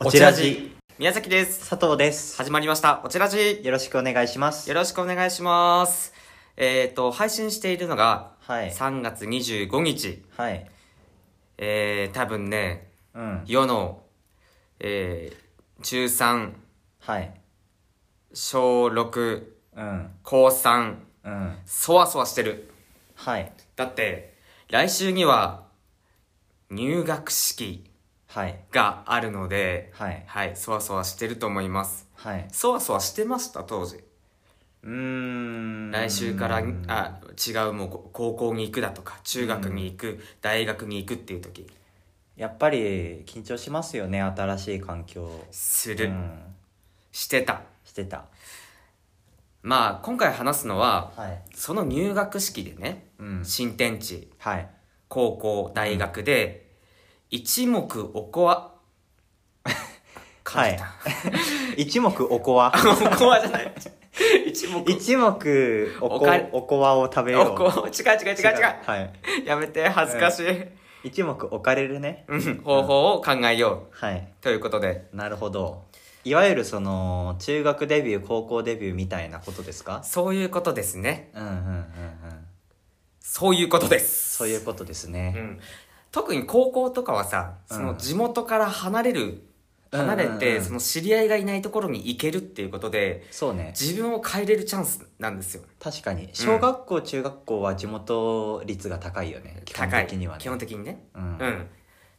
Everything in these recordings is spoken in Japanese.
おちらじ宮崎です。佐藤です始まりました。おちらじ。よろしくお願いしますよろしくお願いします。えっ、と、配信しているのが、はい3月25日。はいえー、多分ね、うん世の、えー、中3、はい小6、うん高3、うんそわそわしてる。はいだって、来週には、入学式はいがあるので、はいはい、そわそわしてると思います。はいそわそわしてました、当時。うーん来週からあ違うもうこ高校に行くだとか中学に行く、大学に行くっていう時やっぱり緊張しますよね新しい環境すうる、んしてたしてたまあ今回話すのははいその入学式でね、うん新天地はい高校大学で、一目おこわは感いじた一目おこわおこわじゃない一目 一目おおこかえりおこわを食べようおこわ違う違う違う違うはいやめて恥ずかしい、一目置かれるねうん方法を考えよはいということでなるほどいわゆるその中学デビュー高校デビューみたいなことですかそういうことですねうんうんうんうんそういうことですそういうことですうね、ん、特に高校とかはさその地元から離れる、うん離れうんうんて、うんその知り合いがいないところに行けるっていうことでそうね自分を変えれるチャンスなんですよ確かに小学校、中学校は地元率が高いよね基本高い的にはね基本的にねうんうん、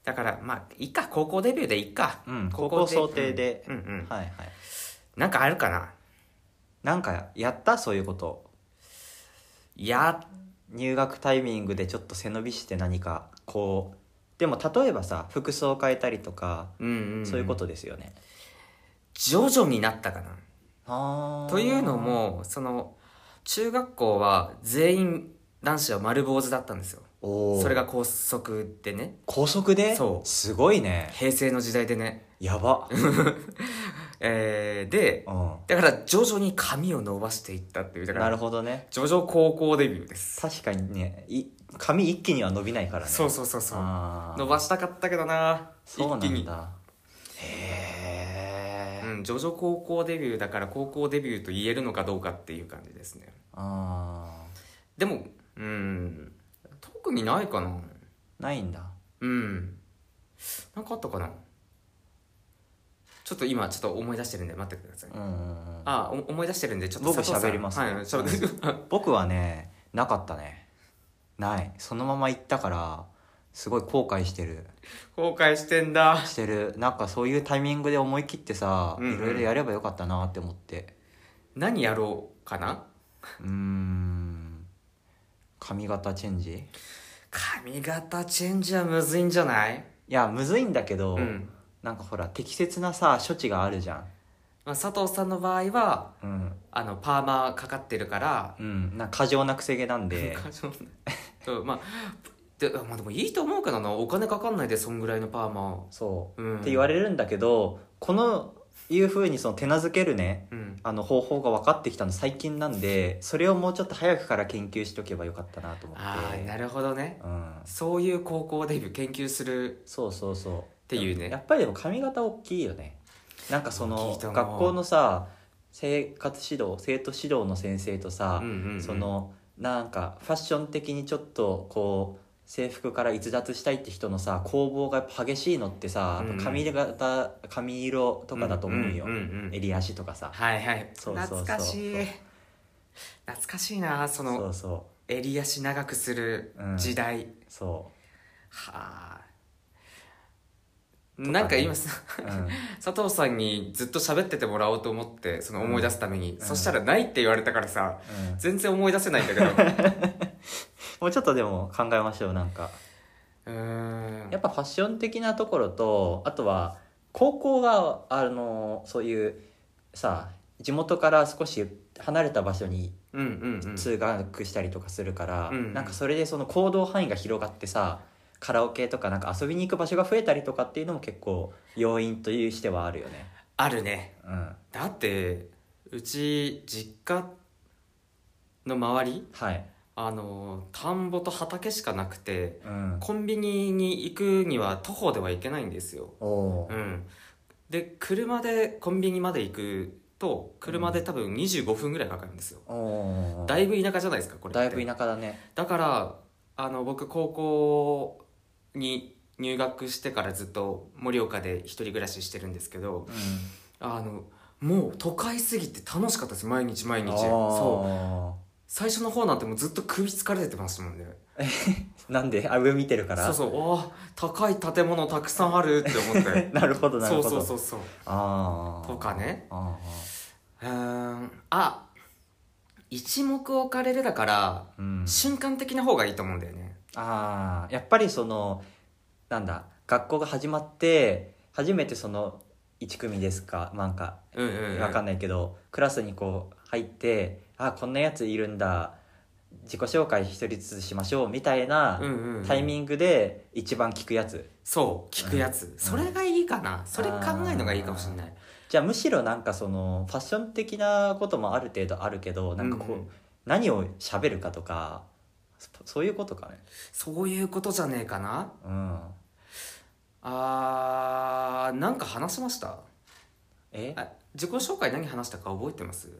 だからまあいいか高校デビューでいいか、うん高校想定でうんうんうんはいはいなんかあるかななんかやったそういうことや入学タイミングでちょっと背伸びして何かこうでも例えばさ服装変えたりとか、うんうん、うん、そういうことですよね徐々になったかなあーというのもその中学校は全員男子は丸坊主だったんですよおーそれが校則でね高速でそうすごいね平成の時代でね やば、えー、でうだから徐々に髪を伸ばしていったっていうだん、かなるらほどね徐々高校デビューです確かにねい髪一気には伸びないからねそうそうそうそうあー伸ばしたかったけどなそうなん一気にだへえ、うん徐々高校デビューだから高校デビューと言えるのかどうかっていう感じですねあでもうん特にないかなーないんだうんなんかあったかなちょっと今ちょっと思い出してるんで待ってください、うんうんうんあお思い出してるんでちょっと僕佐藤さん喋りますはい喋って僕はねなかったねないそのまま行ったからすごい後悔してる後悔してんだしてるなんかそういうタイミングで思い切ってさ、うんういんろいろやればよかったなって思って何やろうかなうーん髪型チェンジい髪型チェンジはむずいんじゃないやむずいんだけど、うん、なんかほら適切なさ処置があるじゃんまあ、佐藤さんの場合はうん、あのパーマかかってるから、うん、なんか過剰なくせ毛なんで そうまあでまあでもいいと思うけどなお金かかんないでそんぐらいのパーマそう、うんって言われるんだけどこのいうふうにその手なずけるねうんあの方法が分かってきたの最近なんでそれをもうちょっと早くから研究しとけばよかったなと思ってああなるほどねうん、そういう高校デビュー研究するそうそうそうっていうねやっぱりでも髪型大きいよねなんかそ大きのいと学思う校のさ生活指導生徒指導の先生とさ、うんうんうんそのなんかファッション的にちょっとこう制服から逸脱したいって人のさ攻防がやっぱ激しいのってさ、うんうん髪型髪色とかだと思うよ、んんうん襟足とかさはいはいそうそうそう懐かしいそう懐かしいなそそのうそ襟足長くする時代、うそはあなんか今さ う、うん、佐藤さんにずっと喋っててもらおうと思ってその思い出すために、んそしたらないって言われたからさうん全然思い出せないん だけどうもうちょっとでも考えましょうなんかーんやっぱファッション的なところとあとは高校があのそういうさ地元から少し離れた場所にうんうんうん通学したりとかするから、うんなんかそれでその行動範囲が広がってさカラオケとかなんか遊びに行く場所が増えたりとかっていうのも結構要因というしてはあるよね。あるねうん、だってうち実家の周りはい、あの田んぼと畑しかなくてうん、コンビニに行くには徒歩では行けないんですよおおう、んで車でコンビニまで行くと車で多分25分ぐらいかかるんですよ、おーだいぶ田舎じゃないですかこれってだいぶ田舎だねだからあの僕高校に入学してからずっと盛岡で一人暮らししてるんですけどうんあのもう都会すぎて楽しかったです毎日毎日そうそ最初の方なんてもうずっと首疲れてましたもんねうなんであ上見てるからそうそうおー高い建物たくさんあるって思ってなるほ どなるほそうどそうそうそうああとかねあうーんあ一目置かれるだからーうん瞬間的な方がいいと思うんだよねあーやっぱりそのなんだ学校が始まって初めてその1組ですかなんかうんうん、うん、わかんないけど、クラスにこう入ってあこんなやついるんだ自己紹介一人ずつしましょうみたいなうんうんうんタイミングで一番聞くやつ、そう聞くやつ、それがいいかなそれ考えるのがいいかもしれないじゃあむしろなんかそのファッション的なこともある程度あるけどなんかこう、うんうん何を喋るかとかそそういうことかねそういうことじゃねえかなうんあーなんか話しましたえあ自己紹介何話したか覚えてます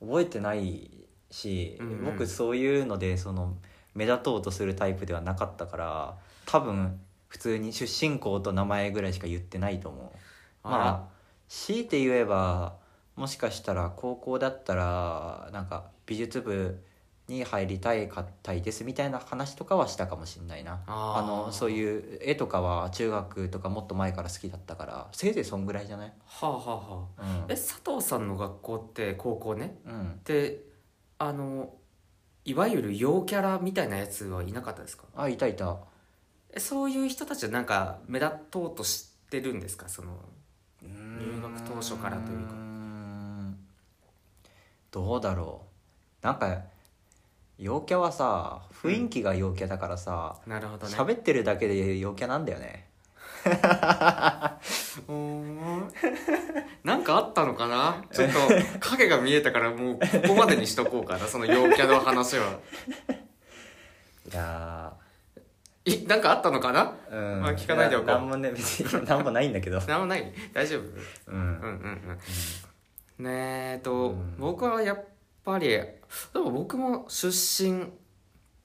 覚えてないし、うんうん僕そういうのでその目立とうとするタイプではなかったから多分普通に出身校と名前ぐらいしか言ってないと思うあらまあ強いて言えばもしかしたら高校だったらなんか美術部に入りたいかったいですみたいな話とかはしたかもしんないなあーのそういう絵とかは中学とかもっと前から好きだったからせいぜいそんぐらいじゃないはあはあはうあえ佐藤さんの学校って高校ねん、うん、であのいわゆる陽キャラみたいなやつはいなかったですかあいたいたえそういう人たちはなんか目立とうとしてるんですかその入学当初からというかどうだろうなんか陽キャはさ雰囲気が陽キャだからさなるほどね喋、ってるだけで陽キャなんだよねうーんなんかあったのか なちょっと影が見えたからもうここまでにしとこうかなその陽キャの話はいやいなんかあったのかなーうんまあ聞かないでおこうなんもね別になんもないんだけ どなんもない大丈夫うん、うんうんうんねえと、うん僕はやっぱりでも僕も出身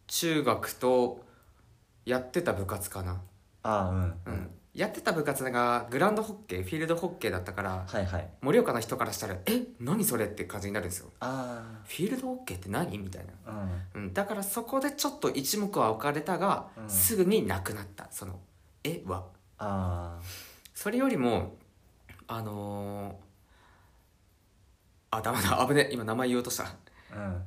中学とやってた部活かな、あーううんん、やってた部活がグランドホッケーフィールドホッケーだったからはいはい盛岡の人からしたら「え何それ?」って感じになるんですよあフィールドホッケーって何みたいな、あうんうん、だからそこでちょっと一目は置かれたが、うんすぐになくなったその「えはあそれよりもあのーあダメだ危ね今名前言おうとしたあうん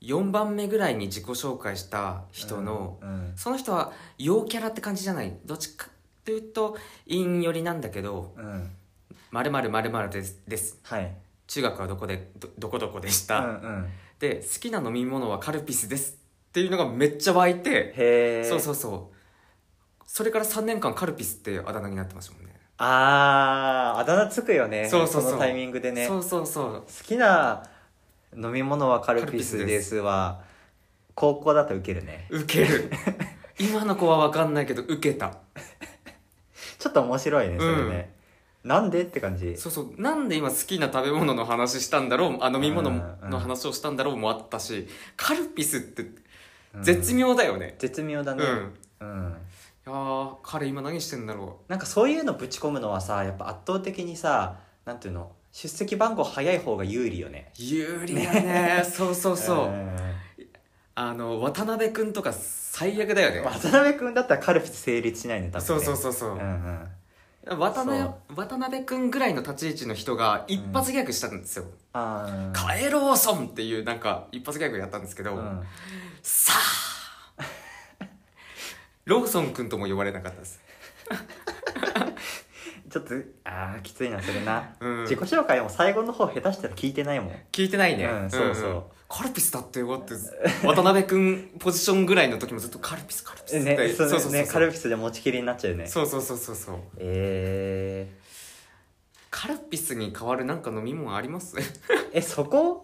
4番目ぐらいに自己紹介した人の、うんその人は陽キャラって感じじゃないどっちかというと陰寄りなんだけどうん、うん、 「まるまるまるですですはい中学はどこでどどこどこでしうた、んうんで好きな飲み物はカルピスですっていうのがめっちゃ湧いて、へえそうそうそうそれから3年間カルピスっていうあだ名になってましたもんねあああだ名つくよねそうそうそうのタイミングでねそうそうそう好きな飲み物はカルピスですは高校だとウケるね受け る今の子は分かんないけど受けたちょっと面白いねそれね、なんでって感じそうそうなんで今好きな食べ物の話したんだろうあ飲み物うんうのん話をしたんだろうもあったしカルピスってうん絶妙だよね絶妙だうん、ねいうん、やー彼今何してんだろなんかそういうのぶち込むのはさやっぱ圧倒的にさなんていうの出席番号早い方が有利よねう有利 だねそうそうそう、んあの渡辺君とか最悪だよね渡辺君だったらカルピス成立しないね多分ねそうそうそうそううんうん渡辺そう渡辺君ぐらいの立ち位置の人が一発ギャグしたんですよあ「ーカエローソン!」っていうなんか一発ギャグやったんですけど、うんさあ ローソン君とも呼ばれなかったです、ちょっとあーきついなそれな、うん、自己紹介も最後の方下手したら聞いてないもん聞いてないね、うんそうそうんカルピスだってよって渡辺君ポジションぐらいの時もずっとカルピスカルピスって、ね、そうそうそうそうねカルピスで持ちきりになっちゃうねそうそうそうそうそうえカルピスに代わるなんか飲み物ありますー、えそこ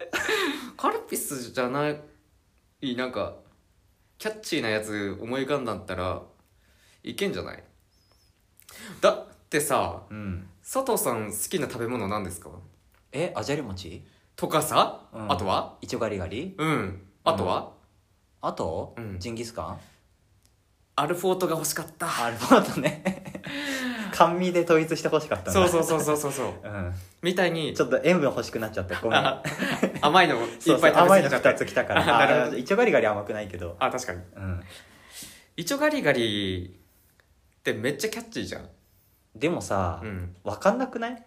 カルピスじゃないなんかキャッチーなやつ思い浮かんだったらいけんじゃないだってさうん佐藤さん好きな食べ物なんですかえあじゃり餅とかさ、うんあとはいちょガリガリうんあとは、あと、うんジンギスカンアルフォートが欲しかったアルフォートね 甘味で統一してほしかったんだそうそうそうそうそうそううみたいにん、ちょっと塩分欲しくなっちゃったごめんあ甘いのをいっそうそぱうい食べ甘過いのぎちゃっ2たつ来たか あなるらほあどいちょガリガリ甘くないけどあ確かにうんイチョガリガリってめっちゃキャッチーじゃん、でもさ、うん、わかんなくない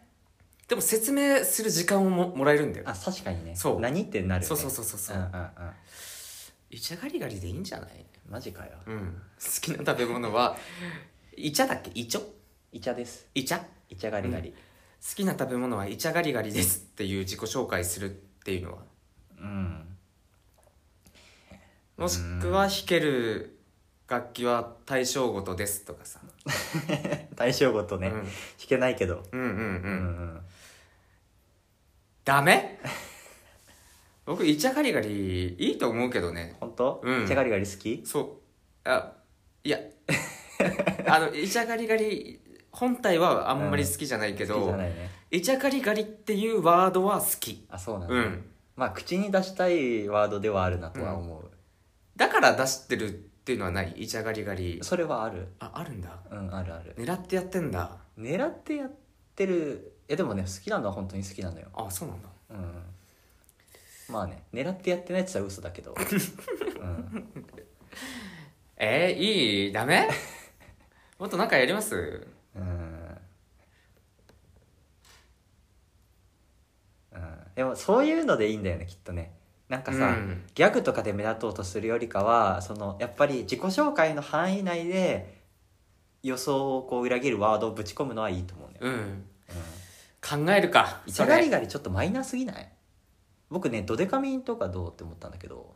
でも説明する時間をももらえるんだよあ確かにねそう何ってなるよ、ね、そうそうそうそうそううんうんうんイチョガリガリでいいんじゃないマジかようん好きな食べ物はイチャだっけイチョイチャですイチャ好イチャガリガリきな食べ物はイチャガリガリですっていう自己紹介するっていうのはうん、もしくは弾ける楽器は対象ごとですとかさ、対象ごとうね、ん、弾けないけどうんうんううんんダメ僕イチャガリガリいいと思うけどね本当、うんイチャガリガリ好きそうあ いやあのイチャガリガリ本体はあんまり好きじゃないけ好きじど、ゃないねイチャガリガリっていうワードは好きあそうなんだ、うんまあ口に出したいワードではあるなとは思う、だから出してるっていうのはないイチャガリガリそれはあるああるんだうんあるある狙ってやってんだ狙ってやってるいやでもね好きなのは本当に好きなのよあそうなんだうんまあね狙ってやってないって言ったら嘘だけど、 うん、えー、いいダメ もっとなんかやりますうんうんでもそういうのでいいんだよねきっとねなんかさ、うんギャグとかで目立とうとするよりかはそのやっぱり自己紹介の範囲内で予想をこう裏切るワードをぶち込むのはいいと思うね、うんうん、考えるかイチャガリそれガリちょっとマイナーすぎない僕ねドデカミンとかどうって思ったんだけど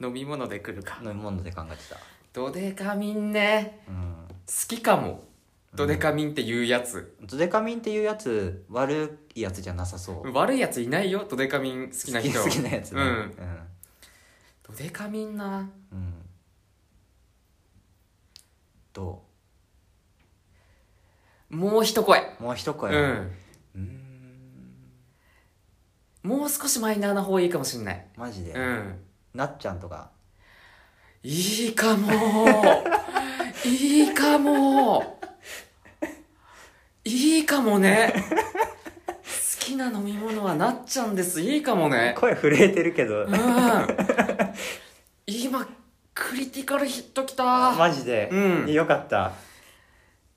飲み物で来るか飲み物で考えてたドデカミンねうん好きかもドデカミンっていうやつ、ドデカミンっていうやつ悪いやつじゃなさそう好悪いやついないよドデカミン好きな人好きなやつねうんうんドデカミンなうんどもう一声うもう一う声んうんもう少しマイナーな方がいいかもしんないマジで、うんなっちゃんとかいいかもいいかもいいかもね好きな飲み物はなっちゃんですいいかもね声震えてるけど、うん今クリティカルヒットきたマジで、うんよかった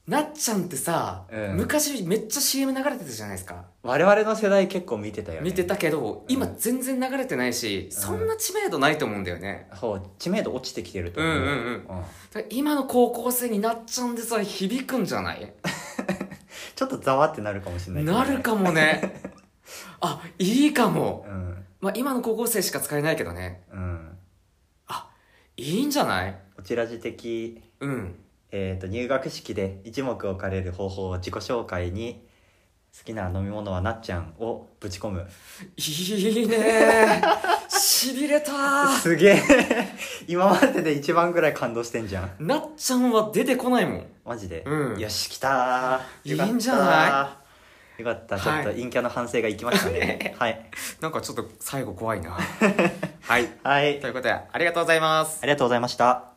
なっちゃんってさ、うん昔めっちゃ CM 流れてたじゃないですか我々の世代結構見てたよね見てたけど今全然流れてないし、そんな知名度ないと思うんだよねそう知名度落ちてきてると思う,、うんうんうんだから今の高校生になっちゃんでさ響くんじゃないちょっとざわってなるかもしれないけどね、なるかもねあいいかも、うんまあ、今の高校生しか使えないけどねうんいいんじゃないこちらじ的うんえー、と入学式で一目置かれる方法を自己紹介に好きな飲み物はなっちゃんをぶち込むいいねしびれたすげえ 今までで一番ぐらい感動してんじゃんなっちゃんは出てこないもんマジで、うんよし来たーよかったーいいんじゃなよかったちょはっいと陰キャの反省がいきました ねはいなんかちょっと最後怖いなはいはいということでありがとうございますありがとうございました